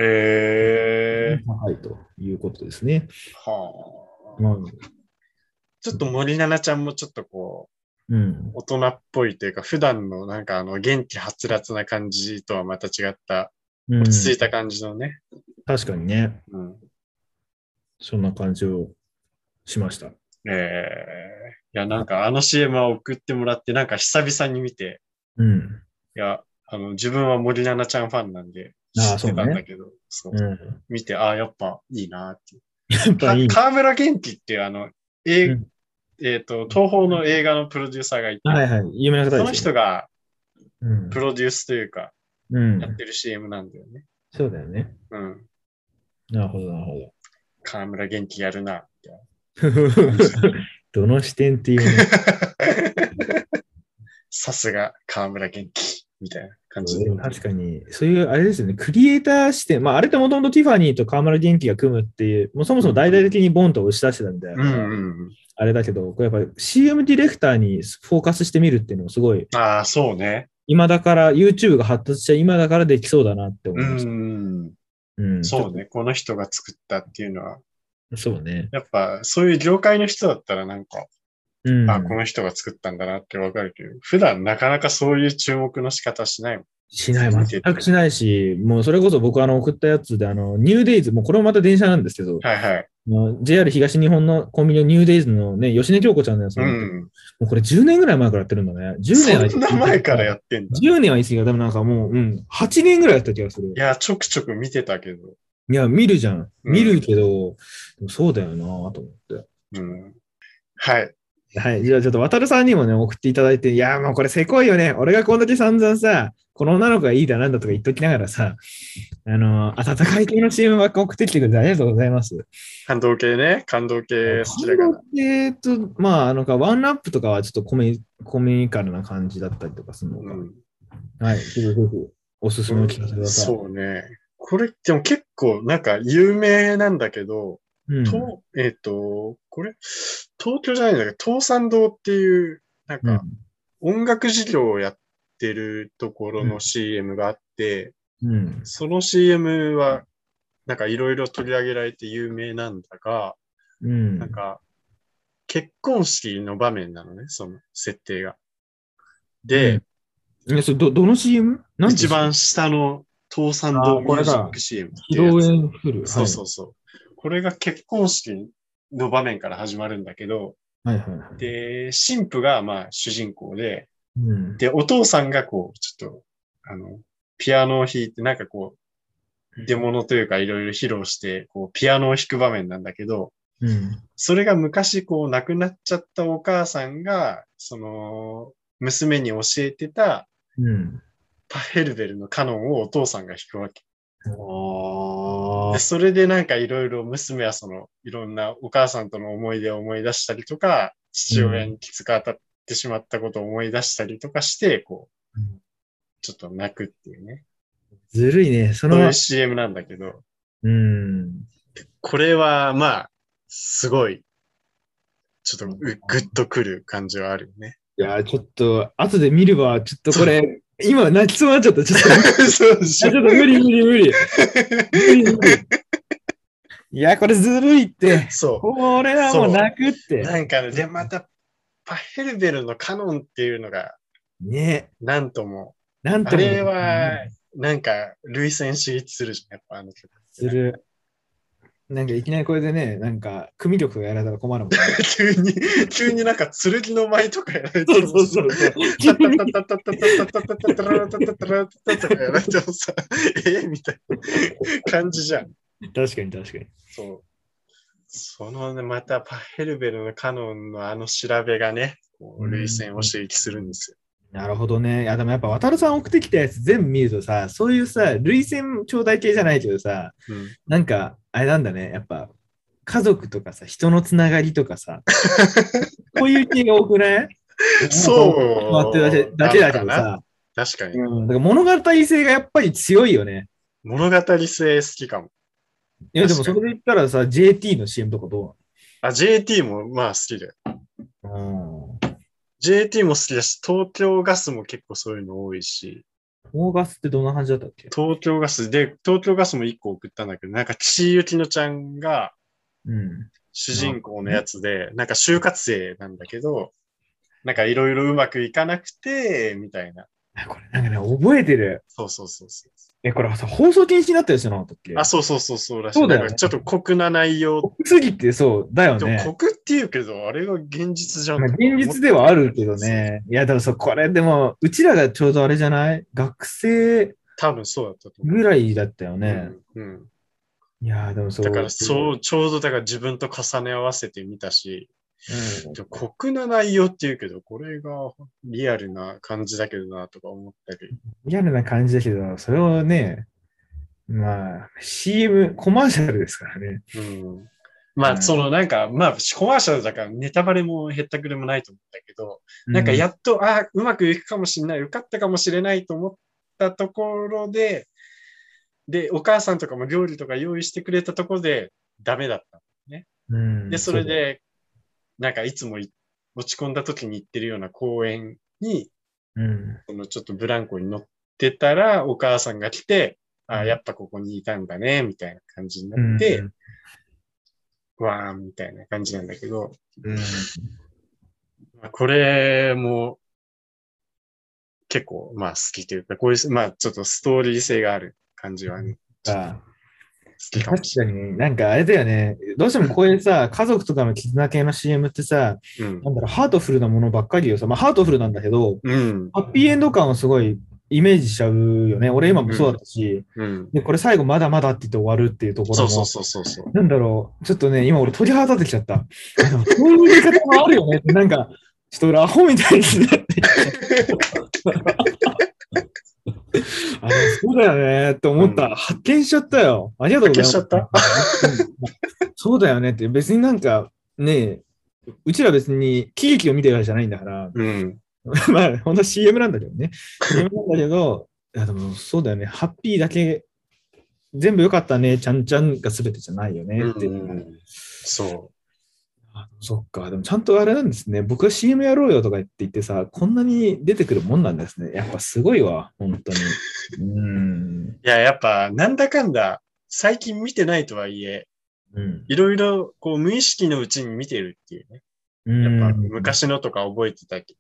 B: え
A: 高いということですね。
B: ー、はあ。
A: うん
B: ちょっと森七菜ちゃんもちょっとこ
A: うん
B: う、、大人っぽいというか、普段のなんかあの、元気はつらつな感じとはまた違った、
A: うん
B: 落ち着いた感じのね。
A: 確かにね。
B: うん。
A: そんな感じをしました。
B: えー、いや、なんかあの CM は送ってもらって、なんか久々に見て、
A: うん。
B: いや、あの、自分は森七菜ちゃんファンなんで、知
A: あー
B: ってたんだけど、 *laughs* そう
A: うん、
B: 見て、ああ、やっぱいいなっていう。
A: やっぱいい
B: か。河村元気っていう、あの、え
A: うん
B: えっ、と、東宝の映画のプロデューサーがいて、
A: はいはい。有名な方です
B: そ
A: よ。
B: の人が
A: うん
B: プロデュースというか、
A: うん
B: やってる CM なんだよね。
A: そうだよね。
B: うん。
A: なるほど、なるほ
B: *laughs*
A: ど。
B: 河村元気やるなって。
A: どの視点っていうね
B: *laughs* さすが河村元気みたいな感じで。
A: でも確かに、そういう、あれですよね、クリエイター視点、まあ、あれってもともとティファニーと河村元気が組むっていう、もうそもそも大々的にボンと押し出してたみたい
B: うん
A: な、
B: うんうん。
A: あれだけど、これやっぱり CM ディレクターにフォーカスしてみるっていうのもすごい、
B: ああ、そうね。
A: 今だから、YouTube が発達した今だからできそうだなって思
B: う
A: いました。
B: ん。
A: うん
B: そう。ね。この人が作ったっていうのは、
A: そうね。
B: やっぱそういう業界の人だったらなんか、
A: うん
B: あ、この人が作ったんだなってわかるけど、普段なかなかそういう注目の仕方しないもん。
A: しない、
B: 続け
A: 全
B: て
A: くしないし、もうそれこそ僕あの送ったやつで、あの、ニューデイズ、もうこれもまた電車なんですけど、
B: はいはい。
A: あの JR 東日本のコンビニのニューデイズのね、吉根京子ちゃんのやつ
B: う
A: なんて、
B: ん。
A: もうこれ10年ぐらい前からやってるんだね。10年は
B: そんな前からやってんだ。い
A: 10年は言い過ぎだ、でもなんかもう、うん、8年ぐらいやった気がする。
B: や、ちょくちょく見てたけど、
A: いや、見るじゃん。
B: うん
A: 見るけど、でもそうだよなと思っ
B: うん。はい。
A: て。はい、じゃあちょっと渡るさんにもね、送っていただいて、いや、もうこれせこいよね。俺がこんだけ散々さ、この女の子がいいだなんだとか言っときながらさ、あの、温かい系の CM ばっか送ってきてくれてありがとうございます。
B: 感動系ね。感動系好きだから。
A: えっと、まあ、なんか、ワンラップとかはちょっとコメコメカルな感じだったりとかするの
B: う
A: か。
B: ん。
A: はい。ぜひぜひ、おすすめを聞かせてください。
B: そうね。これ、でも結構なんか有名なんだけど、
A: うん
B: とえっ、と、これ、東京じゃないんだけど、東山堂っていう、なん
A: うん
B: か音楽事業をやってるところ
A: う
B: の
A: ん
B: CM があって、
A: うん。
B: その CM は、なんかいろいろ取り上げられて有名なんだが、
A: うん。
B: なんか、結婚式の場面なのね、その設定が。で、
A: うん、え、それど、どの CM? なんて
B: 一番下の倒産
A: あ
B: 堂
A: ー
B: ミ
A: こ
B: ュー
A: れ
B: ジ
A: だ
B: ック CM って
A: 披
B: い
A: 露
B: うやつ。
A: 宴フル。
B: そうそうそう。これが結婚式の場面から始まるんだけど、
A: はい。はいはいはい。
B: で、新婦がまあ主人公で、
A: うん。
B: で、お父さんがこう、ちょっと、あの、ピアノを弾いて、なんかこう、出物というかいろいろ披露して、こう、ピアノを弾く場面なんだけど、
A: うん。
B: それが昔こう、亡くなっちゃったお母さんが、その、娘に教えてた
A: うん。
B: パヘルベルのカノンをお父さんが弾くわけ。
A: あ
B: で
A: あ。
B: それでなんかいろいろ娘はその、いろんなお母さんとの思い出を思い出したりとか、父親にきつく当たってしまったことを思い出したりとかして、こう
A: うん、
B: ちょっと泣くっていうね。
A: ずるいね。そ
B: そうい
A: の
B: う、CM なんだけど、
A: うん。
B: これはまあ、すごい、ちょっとうぐっとくる感じはあるよね。
A: いやー、ちょっと、後で見れば、ちょっとこれ、 *laughs* 今泣きそうになっちゃった。ちょっと、 *laughs* あ
B: そうでし
A: ちょ
B: ょ
A: っと無理無理無理。無理無理いや、これずるいって。
B: *laughs* そ
A: これはもう泣くっ
B: う。な
A: て。
B: んかね、で、また、パヘルベルのカノンっていうのが、
A: ね。
B: なんとも、
A: なん
B: あ
A: とも。
B: れは、なんか、類戦刺激するじゃん、やっぱあの曲。
A: する。なんかいきなりこれでね、なんか組力がやられたら困 *laughs* るもんね。
B: 急に、急になんか、剣の舞とかやられ
A: う。
B: てタタタタタタタタタタタラタタタラタタとかやられてもさ、えみたいな感じじゃん。
A: 確かに確かに。
B: そう。そのね、またパヘルベルのカノンのあの調べがね、こう類線を刺激するんですよ。
A: なるほどね。いやでもやっぱ渡るさん送ってきたやつ全部見るとさ、そういうさ、類線頂戴系じゃないけどさ、
B: うん
A: なんかあれなんだね、やっぱ家族とかさ、人のつながりとか
B: *laughs*
A: さ、こういう系が多くない
B: そう
A: 待ってだけだけだけど
B: なの
A: さ、
B: 確かに。
A: うん、だから物語性がやっぱり強いよね。
B: 物語性好きかも。
A: いやでもそれで言ったらさ、JT の CM とかど
B: あ、JT もまあ好きだよ。
A: うなのうん。
B: JT も好きだし、東京ガスも結構そういうの多いし、
A: オーガスってどんな感じだったっけ
B: 東京ガスで、東京ガスも1個送ったんだけど、なんか岸井ゆきのちゃんが
A: うん。
B: 主人公のやつで、なんか就活生なんだけど、なんかいろいろうまくいかなくて、みたいな。
A: あこれなんかね、覚えてる。
B: そうそうそうそう。
A: え、これさ、放送禁止になったやつじゃなかったっけ
B: あ、そうそうそうそうらしい。
A: そうだよね
B: なんかちょっと酷な内容。
A: すぎってそう、だよ
B: でも
A: ね。
B: 酷って言うけど、あれが現実じゃん。
A: まあ現実ではあるけど。ね。いや、でもそう、これでも、うちらがちょうどあれじゃない学生
B: 多分そうだったと思う。
A: ぐらいだったよね。
B: うんうん
A: いやー、でもそう。。
B: だからそうう、ちょうどだから自分と重ね合わせてみたし、
A: ん、
B: でも酷な内容って言うけど、これがリアルな感じだけどなとか思ったり。
A: リアルな感じだけど、それをね、まあ、CM、コマーシャルですからね。
B: うん、ま
A: う
B: あ、
A: ん
B: そのなんか、まあ、コマーシャルだからネタバレもへったくれもないと思ったけど、なんかやっと、ああ、うまくいくかもしれない、受かったかもしれないと思ったところで、で、お母さんとかも料理とか用意してくれたところで、ダメだった。
A: うん、
B: で、それで、なんかいつもい落ち込んだ時に行ってるような公園に、
A: そうだ、うん。
B: そのちょっとブランコに乗ってたら、お母さんが来て、ああ、やっぱここにいたんだね、みたいな感じになって、
A: うん
B: わーみたいな感じなんだけど、
A: うん
B: まあこれも結構まあ好きというか、こういう、まあちょっとストーリー性がある感じはね、
A: あ
B: 好きか
A: 確
B: もし
A: かにね、なんかあれだよね、どうしてもこういうさ、家族とかの絆系の CM ってさ、
B: れない。
A: なんだろう、ハートフルなものばっかりよさ、まあハートフルなんだけど、
B: うん。
A: ハッピーエンド感をすごいイメージしちゃうよね。俺今もそうだったし、
B: うん。
A: で、これ最後まだまだって言って終わるっていうところ
B: そ
A: も、
B: うそうそうそうそう。
A: なんだろう、ちょっとね、今俺鳥肌立ってきちゃった。あのそういう言い方もあるよねって、なんか、ちょっと俺アホみたいになってきちゃった。あのそうだよねって思った、
B: う
A: 発見しちゃったよ。ありがとうございます。う
B: 発
A: ん *laughs* そうだよねって、別になんかね、うちら別に喜劇を見てるわけじゃないんだから、
B: うん。
A: *laughs* まあ、本当 CM なんだけどね。CM なんだけど、いやでもそうだよね、ハッピーだけ、全部良かったね、ちゃんちゃんが全てじゃないよねっていうう。
B: んそ
A: あそっか、でもちゃんとあれなんですね、僕が CM やろうよとか言って言ってさ、こんなに出てくるもんなんですね。やっぱすごいわ、本当に。うん。
B: う。いや、やっぱ、なんだかんだ、最近見てないとはいえ、
A: うん。
B: いろいろ、こう、無意識のうちに見てるっていうね。
A: うん
B: やっぱ、昔のとか覚えてたけ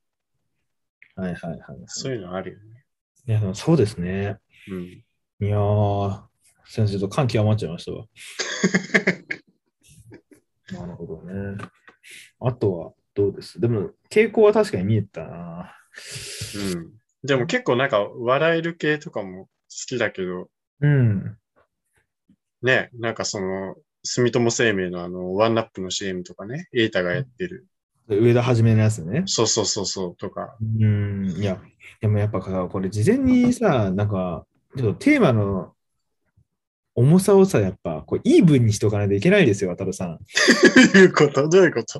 B: ど、
A: はいはいはいはい。
B: そういうのあるよね。
A: いや、でもそうですね。
B: うん。
A: いやー、先生と感極まっちゃいましたわ。なるほどね。あとはどうですでも、傾向は確かに見えたな。
B: うん。でも結構なんか、笑える系とかも好きだけど、
A: うん。
B: ね、なんかその、住友生命のあの、ワンナップの CM とかね、エータがやってる。
A: 上田はじめのやつね。
B: そうそうそうそう、とか。
A: うん、いや、でもやっぱさ、これ事前にさ、なんか、ちょっとテーマの重さをさ、やっぱ、こう、イーブンにしておかないといけないですよ、渡るさん。
B: どういうことどういうこと
A: さ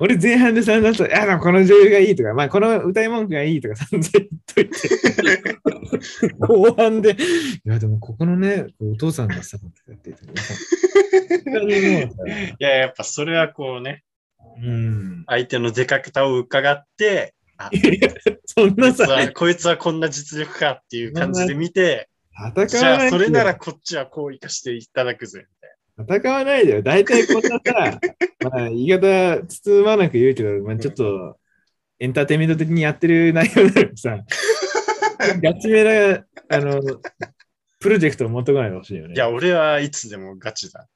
A: 俺前半でさ、なんと、いや、でもこの女優がいいとか、まあ、この歌い文句がいいとか、 *laughs* 散々言っといて、後半で、いや、でもここのね、お父さんがさ、とかって言ってね、本当にもうさ
B: いや、やっぱそれはこうね、
A: うん、
B: 相手の出かけたを伺って、あ、こい
A: そんな
B: つは
A: さ、
B: こいつはこんな実力かっていう感じで見て、じ
A: 戦わ
B: ゃ
A: ないで
B: あそれならこっちはこう生かしていただくぜ、みたい
A: 戦わないでよ。大体こんなさ、 *laughs* まあ、言い方、包まなく言うけど、まあ、ちょっと、エンターテインメント的にやってる内容なのにさ、 *laughs* ガチめな、あの、プロジェクトを持ってこないでほしいよね。
B: な。いや、俺はいつでもガチだ。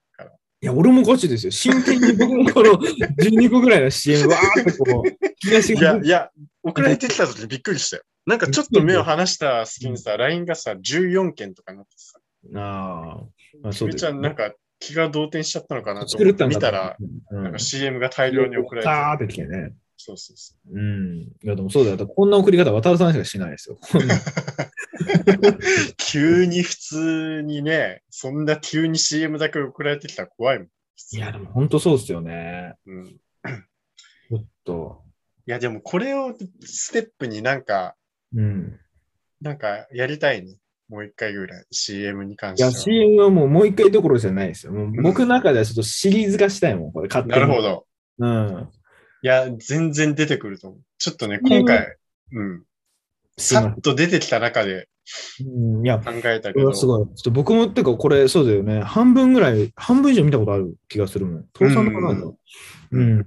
A: いや俺もガチですよ。真剣に僕のこ
B: *laughs*
A: の12個ぐらいの CM、わーってこう、東
B: い
A: が *laughs*
B: や、いや、送られてきた時びっくりしたよ。なんかちょっと目を離した隙にさ、LINE がさ、14件とかになってさ、
A: あー、まあ、
B: ひ
A: そう
B: め
A: で
B: ちゃ
A: す
B: んなんか気が動転しちゃったのかなと
A: 作
B: 思
A: っ
B: った
A: ん
B: て見
A: だ
B: たら、、
A: うん、
B: なんか CM が大量に送られて
A: さー
B: た
A: ってきてね。
B: そうそうそ
A: うん。いや、でもそうだよ。だからこんな送り方、渡るさんしかしない
B: *laughs*
A: ですよ。こんな
B: う。急に普通にね、そんな急に CM だけ送られてきたら怖いもん。
A: いや、でも本当そうですよね。
B: うん、い
A: ちょっと。
B: や、でもこれをステップになんか、
A: うん。
B: なんかやりたいね。もう一回ぐらい CM に関
A: いや、
B: しては。
A: CM はもうもう一回どころじゃないですよ。もう僕の中ではちょっとシリーズ化したいもん、これ勝手
B: な
A: に。
B: るほど。
A: うん。
B: いや、全然出てくると思う。ちょっとね、今回、うん、
A: すい
B: さ
A: ま
B: っと出てきた中で
A: せんうん。いや、
B: 考えた
A: こ
B: け
A: れ
B: ど
A: は、すごい。ちょっと僕も、てかこれそうだよね。半分ぐらい、半分以上見たことある気がするもん。倒産のなんだ。うん。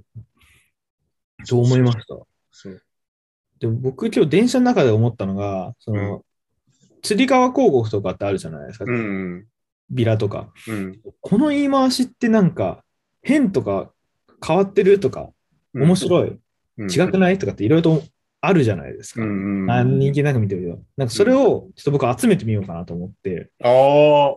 A: そう思いました。
B: そう
A: でも僕今日電車の中で思ったのが、その、つり革広告とかってあるじゃないですか。
B: うん、
A: ビラとか。
B: うん、
A: この言い回しってなんか、変とか、変わってるとか、
B: うん。
A: 面白い、
B: うん
A: 違くないとかっていろいろとあるじゃないですか。
B: うんうん、
A: あ人気なんか見てるけど、なんかそれをちょっと僕集めてみようかなと思って、
B: ああ、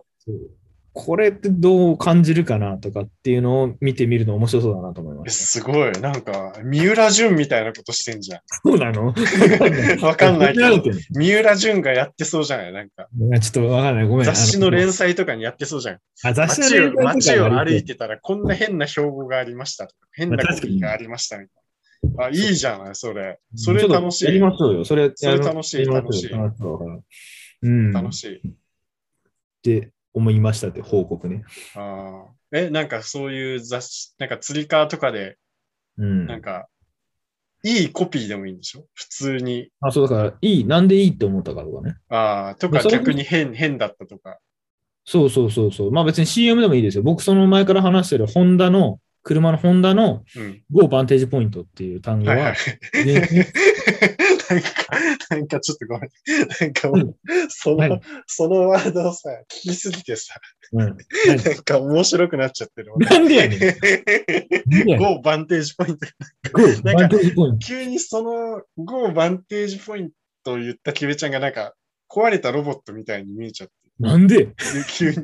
A: これってどう感じるかなとかっていうのを見てみるの面白そうだなと思いま
B: え *laughs*
A: し
B: すごい。なんか、三浦淳みたいなことしてんじゃ
A: た。そうなの
B: ん。わかんないけど、
A: ど。
B: 三浦淳がやってそうじゃないなんか、
A: いやちょっとわかんない。ごめん。
B: 雑誌の連
A: 載。
B: 載とかにやってそうじゃん。
A: あ雑誌の連載
B: 街を
A: とか
B: 街
A: や
B: を
A: る
B: 歩いてたら、こんな変な標語がありましたとか、変なコピーがありましたみたいな。あ、いいじゃない、それ。それ楽し
A: ちょっとやり
B: い。
A: ましょうよ。それ、
B: それ楽しい
A: やりまょう
B: 楽しい
A: 楽しそううん。
B: 楽しい。
A: って思いましたって報告ね。
B: あーえ、なんかそういう雑誌、なんか釣り革とかで、
A: うん。
B: なんか、いいコピーでもいいんでしょ普通に。
A: あ、そうだから、いい、なんでいいって思ったかとかね。
B: ああ、とか
A: それ
B: 逆に変、変だったとか。
A: そうそうそうそう。まあ別に CM でもいいですよ。僕、その前から話してるホンダの、車のホンダの
B: うん。
A: Go バンテージポイントっていう単語
B: はいは
A: は、
B: い。 *laughs*
A: 全然
B: なんか、 *laughs* なんかちょっとごめん。なんかもう、その
A: 何、
B: そのワードをさ、聞きすぎてさ、
A: うん
B: なんか面白くなっちゃってる。
A: なんでやねんなんでやねん。
B: *laughs* ゴーバンテージポイント。
A: Go バンテージポイント。
B: 急にそのゴーバンテージポイントを言ったキベちゃんがなんか壊れたロボットみたいに見えちゃって、
A: なんで
B: 急に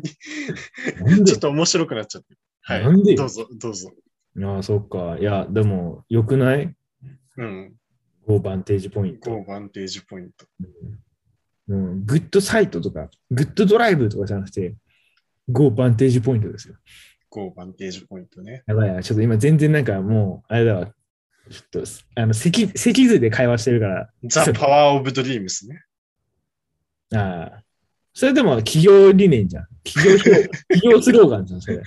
A: なんで
B: ちょっと面白くなっちゃってる。は
A: なんで
B: い。どうぞ、どうぞ。
A: ああ、そっか。いや、でも、良くない
B: うん。
A: ?Go バンテージポイント。
B: ゴーバンテージポイント。
A: うん。グッドサイトとか、グッドドライブとかじゃなくて、Go バンテージポイントですよ。
B: *laughs* ゴーバンテージポイントね。
A: やばいや、ちょっと今全然なんかもう、あれだわ。ちょっと、あの、脊脊髄で会話してるから。
B: ザ・パワー・オブ・ドリームですね。 *laughs*
A: ああ。それでも企業理念じゃん。企 *laughs* 業企業スローガンじゃん、それ。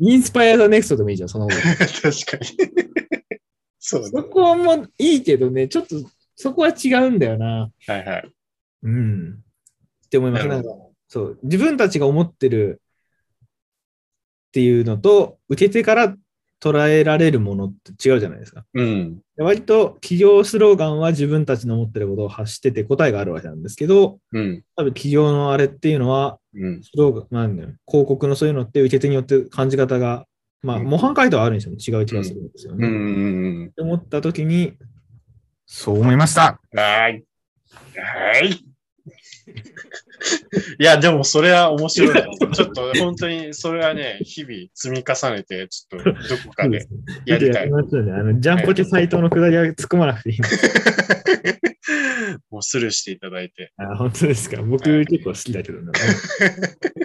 A: インスパイア・ザ・ネクストでもいいじゃん、その方が。
B: 確かに。 *laughs* そう
A: そ
B: だね。
A: こもいいけどね、ちょっとそこは違うんだよな。
B: はいはい。
A: うん。って思います。
B: な
A: な
B: る
A: んかそう。自分たちが思ってるっていうのと、受けてから捉えられるものって違うじゃないですか。
B: うん。
A: で割と企業スローガンは自分たちの思ってることを発してて答えがあるわけなんですけど、
B: うん。
A: 多分企業のあれっていうのは、
B: うん。
A: スローガン、なんだよ広告のそういうのって受け手によって感じ方が、まあ、
B: うん
A: 模範解答はあるんですよね。違う気がするんですよ
B: う
A: ね。っ
B: ん。
A: て思った時に、そう思いました。
B: はい。はい。 *laughs* いや、でもそれは面 *laughs* 白いな。ちょっと本当にそれはね、日々積み重ねて、ちょっとどこかでやりたい。
A: ちょっとやってみましょうねあのジャンポケ斎藤のくだりは突っ込まなくていいんで
B: *laughs* もうスルーしていただいて。
A: あ本当ですか
B: は
A: 僕
B: い
A: 結構好きだけど
B: *laughs*
A: な。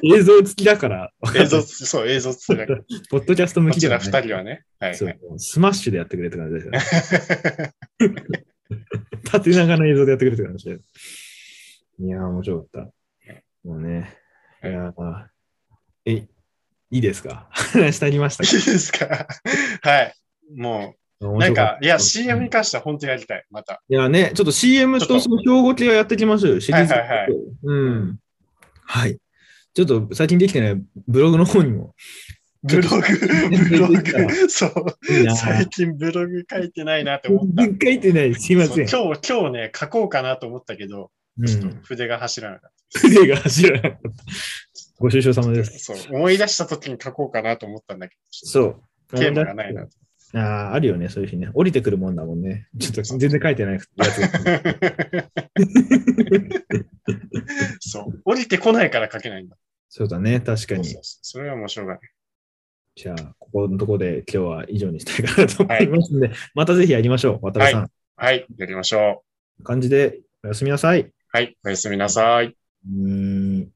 A: 映像付きだから、
B: 映像、そう、映像つながる。
A: ポッドキャスト向
B: こ
A: き
B: ち
A: じゃな
B: ら
A: い
B: 二人はね。はい、はい。
A: そうスマッシュでやってくれって感じですよね。縦長の映像でやってくれって感じで。いやー、面白かった。もうね。いやーえ、いいですか話したりました
B: いい
A: か
B: ですかはい。もう、なんか、いや、CM に関しては本当にやりたい。また。
A: いやね、ちょっと CM
B: ちょっ
A: と
B: と
A: その標語系はやっていきましょうよ。シリーズ。
B: はいはいはい
A: うん。はい。ちょっと最近できてないブログの方にも。
B: ブ
A: *laughs*
B: ログ、ブログ、そう。
A: いいな
B: 最近ブログ書いてないなって思った。
A: 書いてない。すいません。
B: そう今日、今日ね、書こうかなと思ったけど、
A: う
B: ちょっと
A: ん。
B: 筆が走らなかっ
A: 筆が走らなかった。ご愁傷様
B: た。
A: です。
B: そう思い出した時に書こうかなと思ったんだけ
A: そう。
B: ど、テーマ
A: *laughs*
B: がないな。
A: ああ、あるよね、そういう日ね。降りてくるもんだもんね。ちょっと全然書いてないや
B: *laughs*
A: つ。
B: そう。降りてこないから書けないんだ。
A: そうだね、確か
B: そう
A: に
B: そ。うそうそれは面白い。
A: じゃあ、ここのとこで今日は以上にしたいかなと思いますんで、またぜひやりましょう、渡辺さん。
B: はい、やりましょ
A: 感じで、おやすみなさい。
B: う。はい、おやすみなさい。
A: うーん